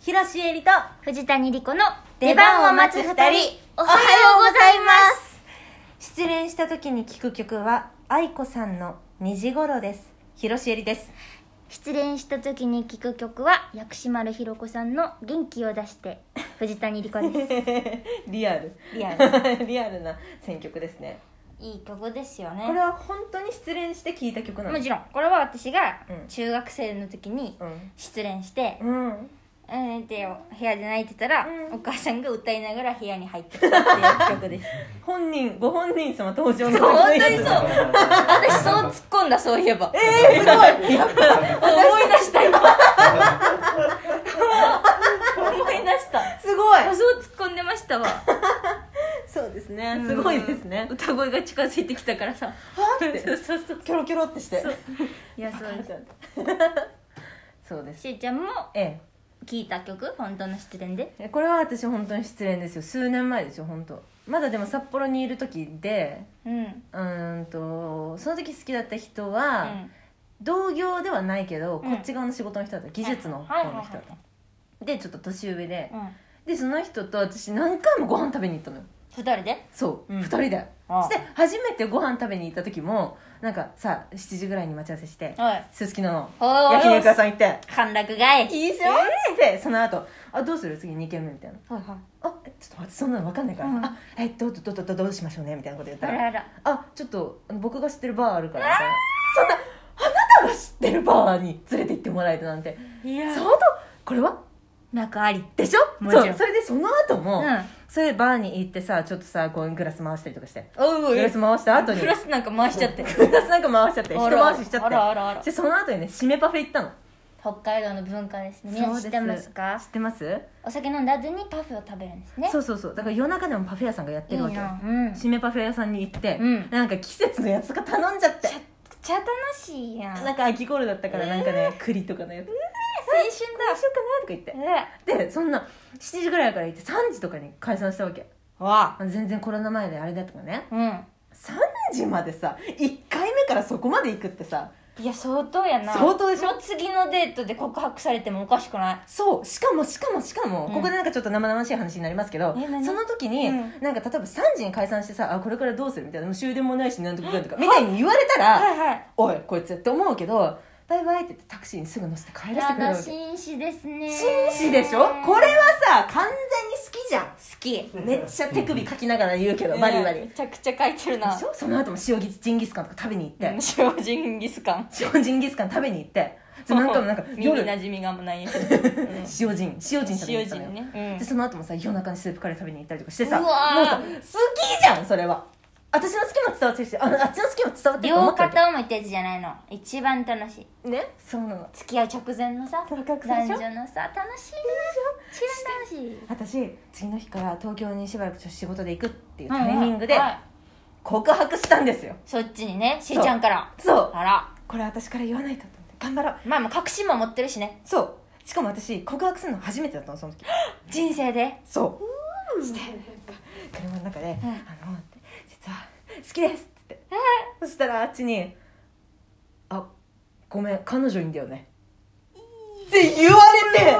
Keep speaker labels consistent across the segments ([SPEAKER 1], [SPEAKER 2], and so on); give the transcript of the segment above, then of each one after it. [SPEAKER 1] 広瀬えりと
[SPEAKER 2] 藤谷莉子の
[SPEAKER 1] 出番を待つ二人
[SPEAKER 2] おはようございます
[SPEAKER 1] 失恋した時に聴く曲は愛子さんの「虹時頃」です広瀬えりです
[SPEAKER 2] 失恋した時に聴く曲は薬師丸ひろ子さんの「元気を出して」藤谷莉子で す
[SPEAKER 1] リアル
[SPEAKER 2] リア
[SPEAKER 1] リアルな選曲ですね
[SPEAKER 2] いい曲ですよ
[SPEAKER 1] これ
[SPEAKER 2] ね
[SPEAKER 1] は本当に失恋して聴いた曲なの
[SPEAKER 2] もちろんこれは私が
[SPEAKER 1] うん
[SPEAKER 2] 中学生の時に
[SPEAKER 1] うん
[SPEAKER 2] 失恋して、
[SPEAKER 1] うん
[SPEAKER 2] うん、って部屋で泣いてたら、
[SPEAKER 1] うん
[SPEAKER 2] お母さんが歌いながら部屋に入ってきたっていう曲です
[SPEAKER 1] 本人ご本人様登 場の
[SPEAKER 2] そう本当にそう
[SPEAKER 1] や
[SPEAKER 2] 私そう突っ込んだそういえば
[SPEAKER 1] つえー、すごい やっぱ
[SPEAKER 2] 思い出した今 思い出した
[SPEAKER 1] すごい
[SPEAKER 2] あそう突っ込んで ましたわ
[SPEAKER 1] そうですねすごいですね
[SPEAKER 2] うん歌声が近づいてきたか らさ
[SPEAKER 1] はって
[SPEAKER 2] そうそうそう
[SPEAKER 1] キョロキョロってして
[SPEAKER 2] そういやそうです
[SPEAKER 1] そうです
[SPEAKER 2] しーちゃんも
[SPEAKER 1] え
[SPEAKER 2] 聴いた曲本当の失恋で
[SPEAKER 1] えこれは私本当に失恋ですよ数年前ですよ本当まだでも札幌にいる時で
[SPEAKER 2] うん
[SPEAKER 1] うーんとその時好きだった人は、同業ではないけど、
[SPEAKER 2] うん
[SPEAKER 1] こっち側の仕事の人だった技術の方
[SPEAKER 2] はいはい
[SPEAKER 1] の
[SPEAKER 2] はい
[SPEAKER 1] 人だった、でちょっと年上で、
[SPEAKER 2] うん
[SPEAKER 1] でその人と私何回もご飯食べに行ったのよ
[SPEAKER 2] 二人で
[SPEAKER 1] そう、
[SPEAKER 2] うん
[SPEAKER 1] 2人で
[SPEAKER 2] ああ
[SPEAKER 1] そして初めてご飯食べに行った時もなんかさ7時ぐらいに待ち合わせして
[SPEAKER 2] はい
[SPEAKER 1] すすきのの
[SPEAKER 2] おー
[SPEAKER 1] 焼肉屋さん行って
[SPEAKER 2] 歓楽街
[SPEAKER 1] いいでしょってその後あどうする次2軒目みたいな
[SPEAKER 2] はいはい
[SPEAKER 1] あちょっと待ってそんなの分かんないから、
[SPEAKER 2] うん
[SPEAKER 1] あえっとどどどどどうしましょうねみたいなこと言った
[SPEAKER 2] あ
[SPEAKER 1] ら
[SPEAKER 2] らあら
[SPEAKER 1] あちょっとあの僕が知ってるバーあるからみたいなそんなあなたが知ってるバーに連れて行ってもらえたなんて
[SPEAKER 2] い
[SPEAKER 1] 相
[SPEAKER 2] や
[SPEAKER 1] 当これは
[SPEAKER 2] 幕あり
[SPEAKER 1] でしょ
[SPEAKER 2] もち
[SPEAKER 1] そ
[SPEAKER 2] ろん
[SPEAKER 1] うそれでその後
[SPEAKER 2] う
[SPEAKER 1] も、
[SPEAKER 2] ん
[SPEAKER 1] それでバーに行ってさちょっとさこうグラス回したりとかして
[SPEAKER 2] おう
[SPEAKER 1] グラス回した後に
[SPEAKER 2] クラスなんか回しちゃって
[SPEAKER 1] グラスなんか回しちゃって一
[SPEAKER 2] あら
[SPEAKER 1] 回ししちゃって
[SPEAKER 2] あらあらあら
[SPEAKER 1] でその後にね締めパフェ行ったの
[SPEAKER 2] 北海道の文化ですね
[SPEAKER 1] そうで
[SPEAKER 2] 皆さん
[SPEAKER 1] す
[SPEAKER 2] 知ってますか
[SPEAKER 1] 知ってます
[SPEAKER 2] お酒飲んだ後にパフェを食べるんですね
[SPEAKER 1] そうそうそうだから夜中でもパフェ屋さんがやって
[SPEAKER 2] いい
[SPEAKER 1] るわけよ
[SPEAKER 2] なうん
[SPEAKER 1] 締めパフェ屋さんに行って、
[SPEAKER 2] うん
[SPEAKER 1] なんか季節のやつとか頼んじゃって
[SPEAKER 2] ちゃくちゃ楽しいやん
[SPEAKER 1] なんか秋頃だったからなんかね、栗とかのやつどう
[SPEAKER 2] 青
[SPEAKER 1] しようかなとか言って
[SPEAKER 2] 春だ
[SPEAKER 1] でそんな7時ぐらいから行って3時とかに解散したわけ
[SPEAKER 2] うわ
[SPEAKER 1] あの全然コロナ前であれだとかね
[SPEAKER 2] うん
[SPEAKER 1] 3時までさ1回目からそこまで行くってさ
[SPEAKER 2] いや相当やな
[SPEAKER 1] 相当でしょ
[SPEAKER 2] もう次のデートで告白されてもおかしくない
[SPEAKER 1] そうしかもしかもしかも、
[SPEAKER 2] うん
[SPEAKER 1] ここでなんかちょっと生々しい話になりますけど
[SPEAKER 2] え何
[SPEAKER 1] その時に、
[SPEAKER 2] うん
[SPEAKER 1] なんか例えば3時に解散してさあこれからどうするみたいなもう終電もないしなんとかなんとかみたいに言われたら、
[SPEAKER 2] はいはい
[SPEAKER 1] おいこいつって思うけどバイバイって言ってタクシーにすぐ乗せて帰らせてくれるわけ
[SPEAKER 2] 紳士ですね
[SPEAKER 1] 紳士でしょこれはさ完全に好きじゃん
[SPEAKER 2] 好き
[SPEAKER 1] めっちゃ手首かきながら言うけどバリバリ、
[SPEAKER 2] めちゃくちゃ書いてるな
[SPEAKER 1] でしょその後も塩ジンギスカンとか食べに行って、
[SPEAKER 2] 塩ジンギスカン
[SPEAKER 1] 塩ジンギスカン食べに行ってでなんかもなん か
[SPEAKER 2] 耳
[SPEAKER 1] 夜
[SPEAKER 2] なじみがあんまないんやけ ど
[SPEAKER 1] 塩ジン塩ジン食べに行
[SPEAKER 2] 塩
[SPEAKER 1] ったのよ、
[SPEAKER 2] 人ね
[SPEAKER 1] でその後もさ夜中にスープカレー食べに行ったりとかしてさ
[SPEAKER 2] うわー
[SPEAKER 1] もうさ好きじゃんそれは私の好きも伝わってるしあのあっちの好きも伝わっ
[SPEAKER 2] うん
[SPEAKER 1] てると思
[SPEAKER 2] 両
[SPEAKER 1] ったわけ
[SPEAKER 2] 肩思いってやつじゃないの一番楽しい
[SPEAKER 1] ねそうなの
[SPEAKER 2] 付き合う直前のさ
[SPEAKER 1] そ
[SPEAKER 2] 男
[SPEAKER 1] う
[SPEAKER 2] 女
[SPEAKER 1] そうそう
[SPEAKER 2] のさ楽しい一番楽しい
[SPEAKER 1] 私次の日から東京にしばらくちょっと仕事で行くっていうタイミングで
[SPEAKER 2] うんうんはい
[SPEAKER 1] 告白したんですよ
[SPEAKER 2] そっちにねしーちゃんから
[SPEAKER 1] そう
[SPEAKER 2] あら
[SPEAKER 1] これ私から言わないかと思って頑張ろう
[SPEAKER 2] まあもう確信も持ってるしね
[SPEAKER 1] そうしかも私告白するの初めてだったのその時
[SPEAKER 2] 人生で
[SPEAKER 1] そうして車の中で「あ
[SPEAKER 2] うん
[SPEAKER 1] の実は好きです」って言ってそしたらあっちに「あごめん彼女いんだよね」って言われて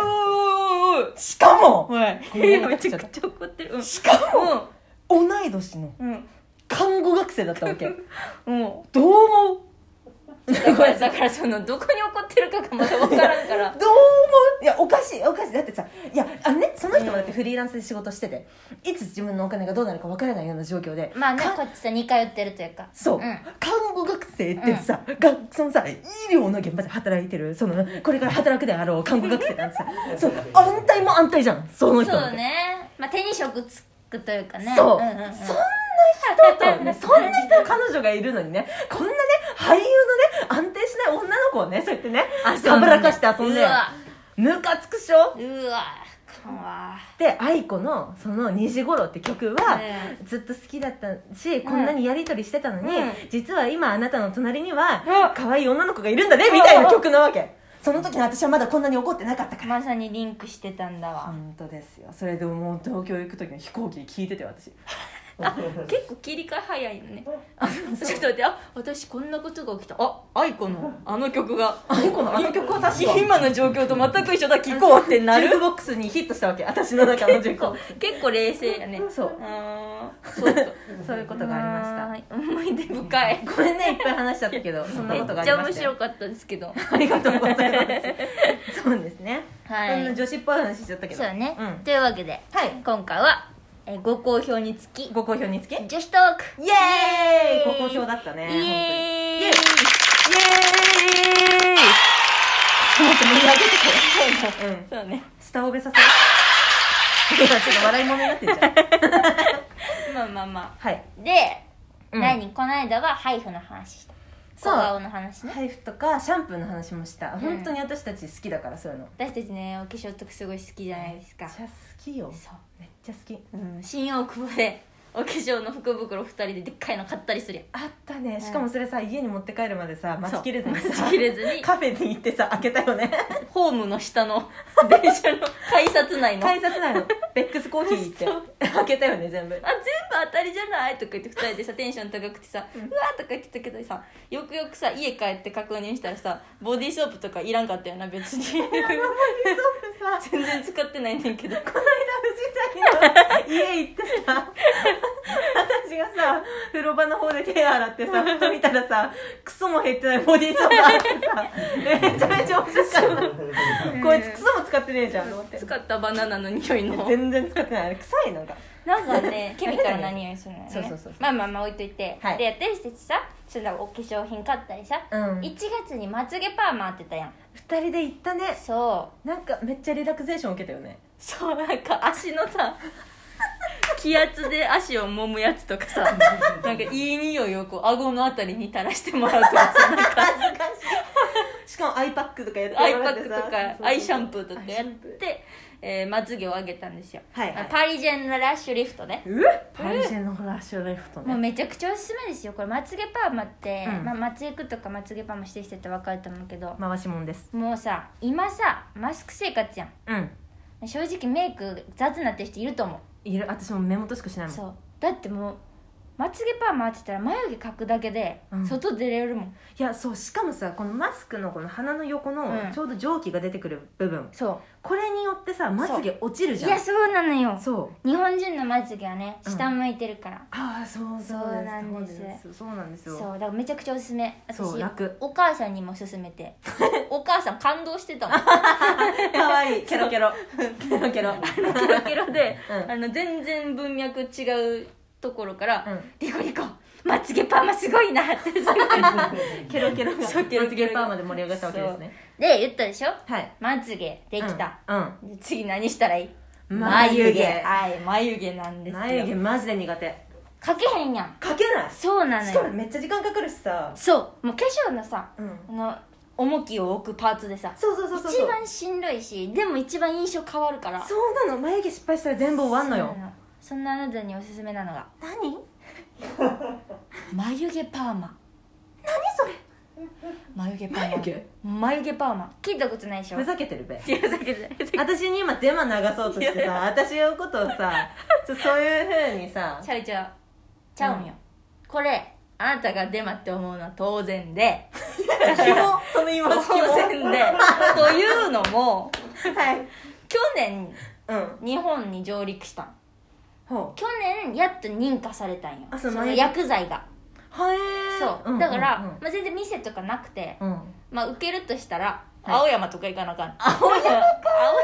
[SPEAKER 1] しかも
[SPEAKER 2] お
[SPEAKER 1] い
[SPEAKER 2] いめちゃくちゃ怒ってるうん
[SPEAKER 1] しかも同い年の
[SPEAKER 2] うん
[SPEAKER 1] 看護学生だった わけ
[SPEAKER 2] うん
[SPEAKER 1] どう思う
[SPEAKER 2] だからだからそのどこに怒ってるかがまだ分からんから
[SPEAKER 1] どう思ういやおかしいおかしいだってさいやあのねその人もだってフリーランスで仕事してていつ自分のお金がどうなるかわからないような状況で
[SPEAKER 2] まあね
[SPEAKER 1] か
[SPEAKER 2] こっちさ似通ってるというか
[SPEAKER 1] そう、
[SPEAKER 2] ん
[SPEAKER 1] 看護学生ってさ、がそのさ医療の現場で働いてるそのこれから働くであろう看護学生なんてさそう安泰も安泰じゃんその人なん
[SPEAKER 2] そう
[SPEAKER 1] て
[SPEAKER 2] ねまあ手に職つくというかね
[SPEAKER 1] そう
[SPEAKER 2] うんうんうん
[SPEAKER 1] そん人とね そんな人の彼女がいるのにねこんなね俳優のね安定しない女の子をねそうやってね
[SPEAKER 2] そう
[SPEAKER 1] たぶらかして遊ん
[SPEAKER 2] う
[SPEAKER 1] で
[SPEAKER 2] わ
[SPEAKER 1] ムカつくっしょ
[SPEAKER 2] うわかんわ
[SPEAKER 1] で愛子のその「2時頃って曲は、
[SPEAKER 2] う
[SPEAKER 1] ずっと好きだったし、こんなにやり取りしてたのに、
[SPEAKER 2] うん
[SPEAKER 1] 実は今あなたの隣には、
[SPEAKER 2] うん
[SPEAKER 1] 可愛い女の子がいるんだねみたいな曲なわけその時の私はまだこんなに怒ってなかったから
[SPEAKER 2] まさにリンクしてたんだわ
[SPEAKER 1] 本当ですよそれでもう東京行く時の飛行機聞いてて私
[SPEAKER 2] あ結構切り替え早いのねあちょっと待ってあ私こんなことが起きたあアイコのあの曲が
[SPEAKER 1] あこのあの曲を足すわ
[SPEAKER 2] 今の状況と全く一緒だ聴こうってな
[SPEAKER 1] ジューク
[SPEAKER 2] る
[SPEAKER 1] ボックスにヒットしたわけ私の中のジュー
[SPEAKER 2] 結
[SPEAKER 1] クボッ
[SPEAKER 2] 構
[SPEAKER 1] クス
[SPEAKER 2] 結構冷静だね
[SPEAKER 1] そう
[SPEAKER 2] あーそうか
[SPEAKER 1] そういうことがありました
[SPEAKER 2] した思い出深い
[SPEAKER 1] ごめんねいっぱい話しちゃったけどそんな
[SPEAKER 2] め
[SPEAKER 1] ことがあ
[SPEAKER 2] っち
[SPEAKER 1] り
[SPEAKER 2] ゃ
[SPEAKER 1] ま
[SPEAKER 2] 面
[SPEAKER 1] したよ
[SPEAKER 2] 白かったですけど
[SPEAKER 1] ありがとうございますそうですね、
[SPEAKER 2] は
[SPEAKER 1] そんない女子っぽい話しちゃったけど
[SPEAKER 2] そうね、
[SPEAKER 1] ん
[SPEAKER 2] というわけで、
[SPEAKER 1] はい
[SPEAKER 2] 今回はえーご好評につき
[SPEAKER 1] ご好評につきイエ
[SPEAKER 2] 女子トーク
[SPEAKER 1] ーイご好評だったね
[SPEAKER 2] イエーイ
[SPEAKER 1] イエーイ本当にもっと盛り上げてくれうん
[SPEAKER 2] そうね
[SPEAKER 1] スタオベさせるちょっと笑いものになってるじゃん
[SPEAKER 2] まあまあま
[SPEAKER 1] はい
[SPEAKER 2] あで、
[SPEAKER 1] うん
[SPEAKER 2] 何この間は配布の話した小
[SPEAKER 1] そう
[SPEAKER 2] 顔の話ね
[SPEAKER 1] 配布とかシャンプーの話もした
[SPEAKER 2] ん
[SPEAKER 1] 本当に私たち好きだからそういうの
[SPEAKER 2] 私たちねお化粧とかすごい好きじゃないです
[SPEAKER 1] め
[SPEAKER 2] か
[SPEAKER 1] っちゃ好きよ
[SPEAKER 2] そ
[SPEAKER 1] めっちゃ好き
[SPEAKER 2] う、うん、新大久保でお化粧の福袋2人ででっかいの買ったりするやん
[SPEAKER 1] あったねしかもそれさ家に持って帰るまでさ待ちきれずに
[SPEAKER 2] そう
[SPEAKER 1] さ
[SPEAKER 2] 待ちきれずに
[SPEAKER 1] カフェに行ってさ開けたよね
[SPEAKER 2] ホームの下 の電車の改札内のあ
[SPEAKER 1] 改札内のベックスコーヒー行って
[SPEAKER 2] そう
[SPEAKER 1] 開けたよね全部
[SPEAKER 2] 全部当たりじゃないとか言って2人でさテンション高くてさ、うわーとか言ってたけどさよくよくさ家帰って確認したらさボディーソープとかいらんかったよな別 に
[SPEAKER 1] さ
[SPEAKER 2] 全然使ってないねんけど
[SPEAKER 1] この間藤谷の家行ってさ私がさ風呂場の方で手洗ってさふと見たらさクソも減ってないボディーソープあってさめちゃめちゃ面白かったこいつクソも使ってねえじゃんと思って
[SPEAKER 2] 使ったバナナの匂いの
[SPEAKER 1] 全然使ってないあれ臭 いなんか
[SPEAKER 2] なんかねケミカルな匂いするのよね
[SPEAKER 1] そうそうそう
[SPEAKER 2] まあまあまあ置いといて、
[SPEAKER 1] はい
[SPEAKER 2] で私たちさそんなお化粧品買ったりさ、
[SPEAKER 1] うん
[SPEAKER 2] 1月にまつげパーマ当てたやん
[SPEAKER 1] 二人で行ったね
[SPEAKER 2] そう
[SPEAKER 1] なんかめっちゃリラクゼーション受けたよね
[SPEAKER 2] そうなんか足 のさ気圧で足を揉むやつとかさなんかいい匂いをこう顎のあたりに垂らしてもらうとか さなんか
[SPEAKER 1] 恥ずかしいしかもアイパックとかやって
[SPEAKER 2] アイ
[SPEAKER 1] も
[SPEAKER 2] パ
[SPEAKER 1] らっ
[SPEAKER 2] ッ
[SPEAKER 1] て
[SPEAKER 2] ク
[SPEAKER 1] さ
[SPEAKER 2] とかアイシャンプーとか
[SPEAKER 1] アイシ
[SPEAKER 2] や
[SPEAKER 1] ャ
[SPEAKER 2] っ
[SPEAKER 1] ンプ
[SPEAKER 2] て、えーまつげを上げたんですよ、
[SPEAKER 1] はいはい
[SPEAKER 2] パリジェンのラッシュリフトね
[SPEAKER 1] ーうっパリジェのフラッシュレフト
[SPEAKER 2] もう
[SPEAKER 1] ね
[SPEAKER 2] めちゃくちゃおすすめですよこれまつげパーマって、
[SPEAKER 1] うん
[SPEAKER 2] まあ、まつげくとかまつげパーマしてる人って分かると思うけど
[SPEAKER 1] 回しもんです
[SPEAKER 2] もうさ今さマスク生活やん
[SPEAKER 1] うん
[SPEAKER 2] 正直メイク雑になってる人いると思う、
[SPEAKER 1] いる私も目元しかしないもん
[SPEAKER 2] そうだってもうまつげパーマ当てたら眉毛描くだけで
[SPEAKER 1] うん
[SPEAKER 2] 外出れるもん、
[SPEAKER 1] いやそうしかもさこのマスクのこの鼻の横の
[SPEAKER 2] うん
[SPEAKER 1] ちょうど蒸気が出てくる部分、
[SPEAKER 2] そ
[SPEAKER 1] これによってさまつげ落ちる
[SPEAKER 2] うい
[SPEAKER 1] じゃ
[SPEAKER 2] や
[SPEAKER 1] ん
[SPEAKER 2] そうなのよ
[SPEAKER 1] そう
[SPEAKER 2] 日本人のまつげはね
[SPEAKER 1] うん
[SPEAKER 2] 下向いてるから、
[SPEAKER 1] ああそうそう
[SPEAKER 2] そうなんです
[SPEAKER 1] そうなんです
[SPEAKER 2] そ
[SPEAKER 1] よ
[SPEAKER 2] うだからめちゃくちゃおすすめ
[SPEAKER 1] そう
[SPEAKER 2] 私
[SPEAKER 1] 楽
[SPEAKER 2] お母さんにも勧め てお母さん感動してたもん
[SPEAKER 1] かわいい ケロケロケロ ケロ
[SPEAKER 2] ケロケロで、
[SPEAKER 1] うん
[SPEAKER 2] あの全然文脈違うところから「
[SPEAKER 1] うん
[SPEAKER 2] リコリコまつげパーマすごいな」っ てすごい
[SPEAKER 1] ケロケロが
[SPEAKER 2] そうケロ
[SPEAKER 1] まつげ
[SPEAKER 2] ケロ
[SPEAKER 1] パーマで盛り上がったわけですね
[SPEAKER 2] で言ったでしょ
[SPEAKER 1] はい
[SPEAKER 2] まつげできた、
[SPEAKER 1] うん、うん
[SPEAKER 2] で次何したらいい
[SPEAKER 1] 眉毛
[SPEAKER 2] はい眉毛なんですよ
[SPEAKER 1] 眉毛マジで苦手
[SPEAKER 2] かけへんやん
[SPEAKER 1] かけない
[SPEAKER 2] そうなの
[SPEAKER 1] しかも
[SPEAKER 2] よ
[SPEAKER 1] めっちゃ時間かかるしさ
[SPEAKER 2] そうもう化粧のさ
[SPEAKER 1] うん
[SPEAKER 2] あの重きを置くパーツでさ
[SPEAKER 1] そうそうそうそう
[SPEAKER 2] 一番しんどいしでも一番印象変わるから
[SPEAKER 1] そうなの眉毛失敗したら全部終わんのよ
[SPEAKER 2] そうなのそんなあなたにおすすめなのが
[SPEAKER 1] 何
[SPEAKER 2] 眉毛パーマ
[SPEAKER 1] 何それ
[SPEAKER 2] 眉毛パーマ
[SPEAKER 1] 眉毛
[SPEAKER 2] 眉毛パーマ聞いたことないでしょ
[SPEAKER 1] ふざけてるべ
[SPEAKER 2] いやふざけてないふざけてない
[SPEAKER 1] 私に今デマ流そうとし
[SPEAKER 2] い
[SPEAKER 1] て
[SPEAKER 2] やいや
[SPEAKER 1] さ私のことをさちょそういうふうにさ
[SPEAKER 2] チャリちゃうちゃうんよ、これあなたがデマって思うのは当 然で
[SPEAKER 1] その今
[SPEAKER 2] 当然でというのも
[SPEAKER 1] はい
[SPEAKER 2] 去年
[SPEAKER 1] うん
[SPEAKER 2] 日本に上陸したん
[SPEAKER 1] ほう
[SPEAKER 2] 去年やっと認可されたんよ
[SPEAKER 1] あそう
[SPEAKER 2] の
[SPEAKER 1] 前
[SPEAKER 2] 薬剤が
[SPEAKER 1] はえー
[SPEAKER 2] そうだから、まあ、全然店とかなくて、
[SPEAKER 1] うんうん
[SPEAKER 2] まあ、受けるとしたら
[SPEAKER 1] はい
[SPEAKER 2] 青山とか行かなあかん、青山 青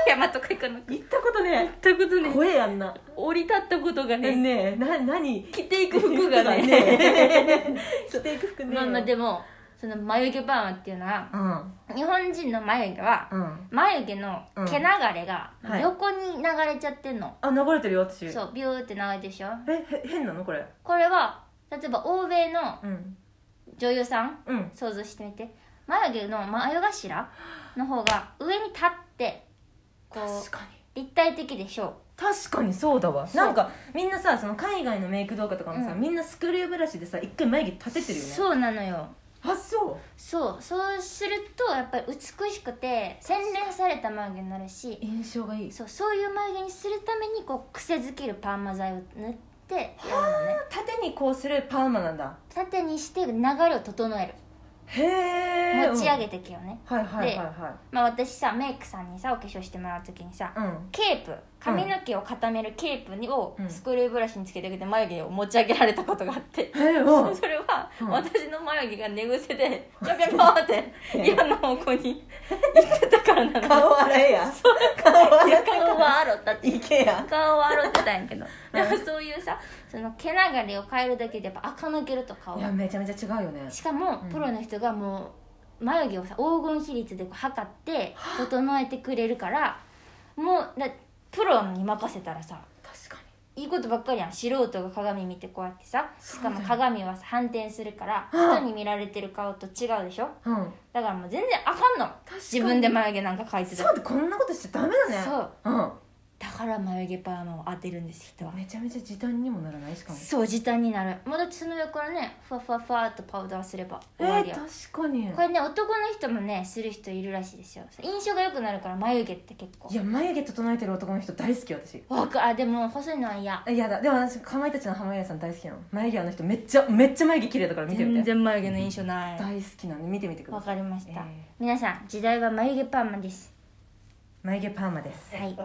[SPEAKER 2] 山とか行かなあかん
[SPEAKER 1] 行ったことね
[SPEAKER 2] ということ
[SPEAKER 1] え
[SPEAKER 2] ね
[SPEAKER 1] 怖えやんな
[SPEAKER 2] 降り立ったことが
[SPEAKER 1] ね
[SPEAKER 2] ね
[SPEAKER 1] ねえな何
[SPEAKER 2] 着ていく服 がね
[SPEAKER 1] え着ていく服ねえ
[SPEAKER 2] まあまあでもその眉毛パーマっていうのは
[SPEAKER 1] うん
[SPEAKER 2] 日本人の眉毛は
[SPEAKER 1] うん
[SPEAKER 2] 眉毛の毛流れが
[SPEAKER 1] うんはい
[SPEAKER 2] 横に流れちゃってんの、
[SPEAKER 1] あ流れてるよ私
[SPEAKER 2] そうビューって流れてるでしょ
[SPEAKER 1] えへ変なのこれ
[SPEAKER 2] これは例えば欧米の
[SPEAKER 1] うん
[SPEAKER 2] 女優さん
[SPEAKER 1] うん
[SPEAKER 2] 想像してみて眉毛の眉頭の方が上に立ってこ
[SPEAKER 1] 確
[SPEAKER 2] う
[SPEAKER 1] かに
[SPEAKER 2] 立体的でしょ
[SPEAKER 1] 確かにそうだわ
[SPEAKER 2] そう
[SPEAKER 1] なんかみんなさその海外のメイク動画とかもさ、
[SPEAKER 2] うん
[SPEAKER 1] みんなスクリューブラシでさ一回眉毛立ててるよね
[SPEAKER 2] そうなのよ
[SPEAKER 1] あそ
[SPEAKER 2] そうそうするとやっぱり美しくて洗練された眉毛になるし
[SPEAKER 1] う印象がいい
[SPEAKER 2] そうそういう眉毛にするためにこう癖づけるパーマ剤を塗ってやるのね
[SPEAKER 1] 縦にこうするパーマなんだ
[SPEAKER 2] 縦にして流れを整え
[SPEAKER 1] へ
[SPEAKER 2] る
[SPEAKER 1] え
[SPEAKER 2] 持ち上げていくよね、
[SPEAKER 1] はいはいはいは
[SPEAKER 2] まあ私さメイクさんにさお化粧してもらう時にさ
[SPEAKER 1] いうん
[SPEAKER 2] ケープ髪の毛を固めるケープを
[SPEAKER 1] うん
[SPEAKER 2] スクリューブラシにつけてあげて眉毛を持ち上げられたことがあって、
[SPEAKER 1] えうん
[SPEAKER 2] それは
[SPEAKER 1] うん
[SPEAKER 2] 私の眉毛が寝癖でピョピョピョ って嫌な方向に 行ってたからなの
[SPEAKER 1] 顔洗えや顔洗え
[SPEAKER 2] 顔は洗ったって
[SPEAKER 1] いけや
[SPEAKER 2] 顔は洗ってたんやけどでもそういうさその毛流れを変えるだけでやっぱ垢抜けると顔
[SPEAKER 1] いやめちゃめちゃ違うよね
[SPEAKER 2] しかも
[SPEAKER 1] うん
[SPEAKER 2] プロの人がもう眉毛をさ黄金比率でこう測って整えてくれるからもうだプロに任せたらさ
[SPEAKER 1] 確か
[SPEAKER 2] いいことばっかりやん素人が鏡見てこうやってさしかも
[SPEAKER 1] そうだよ
[SPEAKER 2] 鏡はさ反転するから
[SPEAKER 1] あ
[SPEAKER 2] 人に見られてる顔と違うでしょ
[SPEAKER 1] にうん
[SPEAKER 2] だからもう全然あかんの
[SPEAKER 1] 確かに
[SPEAKER 2] 自分で眉毛なんか描いてた
[SPEAKER 1] そ
[SPEAKER 2] ら
[SPEAKER 1] うでこんなことしちゃダメだね
[SPEAKER 2] そう
[SPEAKER 1] うん
[SPEAKER 2] だから眉毛パーマを当てるんです人は
[SPEAKER 1] めちゃめちゃ時短にもならないしかも
[SPEAKER 2] そう時短になるもうだってその上からねふわふわふわっとパウダーすれば
[SPEAKER 1] え
[SPEAKER 2] 終わり
[SPEAKER 1] ー、
[SPEAKER 2] や
[SPEAKER 1] 確かに
[SPEAKER 2] これね男の人もねする人いるらしいですよ印象が良くなるから眉毛って結構
[SPEAKER 1] いや眉毛整えてる男の人大好き私
[SPEAKER 2] わかあでも細いのは嫌
[SPEAKER 1] いやだでも私かまいたちの濱家さん大好きなの眉毛あの人めっちゃめっちゃ眉毛綺麗だから見てみて
[SPEAKER 3] 全然眉毛の印象ない
[SPEAKER 1] 大好きなんで見てみてくだ
[SPEAKER 2] わ
[SPEAKER 1] さい
[SPEAKER 2] かりました、
[SPEAKER 1] えー
[SPEAKER 2] 皆さん時代は眉毛パーマです
[SPEAKER 1] 眉毛パーマです
[SPEAKER 2] はい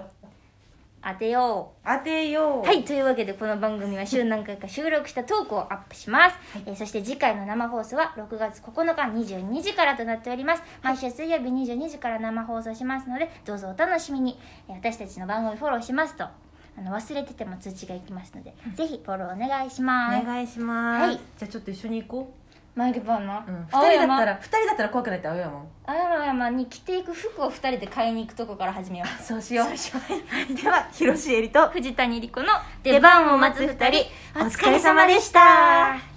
[SPEAKER 2] 当てよう
[SPEAKER 1] 当てよう
[SPEAKER 2] はいというわけでこの番組は週何回か収録したトークをアップします、えーそして次回の生放送は6月9日22時からとなっております毎週水曜日22時から生放送しますのでどうぞお楽しみに、えー私たちの番組フォローしますとあの忘れてても通知がいきますので、ぜひフォローお願い
[SPEAKER 1] お
[SPEAKER 2] します
[SPEAKER 1] 願いします、
[SPEAKER 2] はい
[SPEAKER 1] じゃあちょっと一緒に行こ
[SPEAKER 2] 眉毛パンの
[SPEAKER 1] う、うん、2人
[SPEAKER 2] 青
[SPEAKER 1] だった
[SPEAKER 2] 山
[SPEAKER 1] ら二人だったら怖くないって青山も
[SPEAKER 2] 青山に着ていく服を2人で買いに行くとこから始めよ う
[SPEAKER 1] そうしようでは広瀬絵里と
[SPEAKER 2] 藤谷莉子の出番を待つ2人お疲れ様でした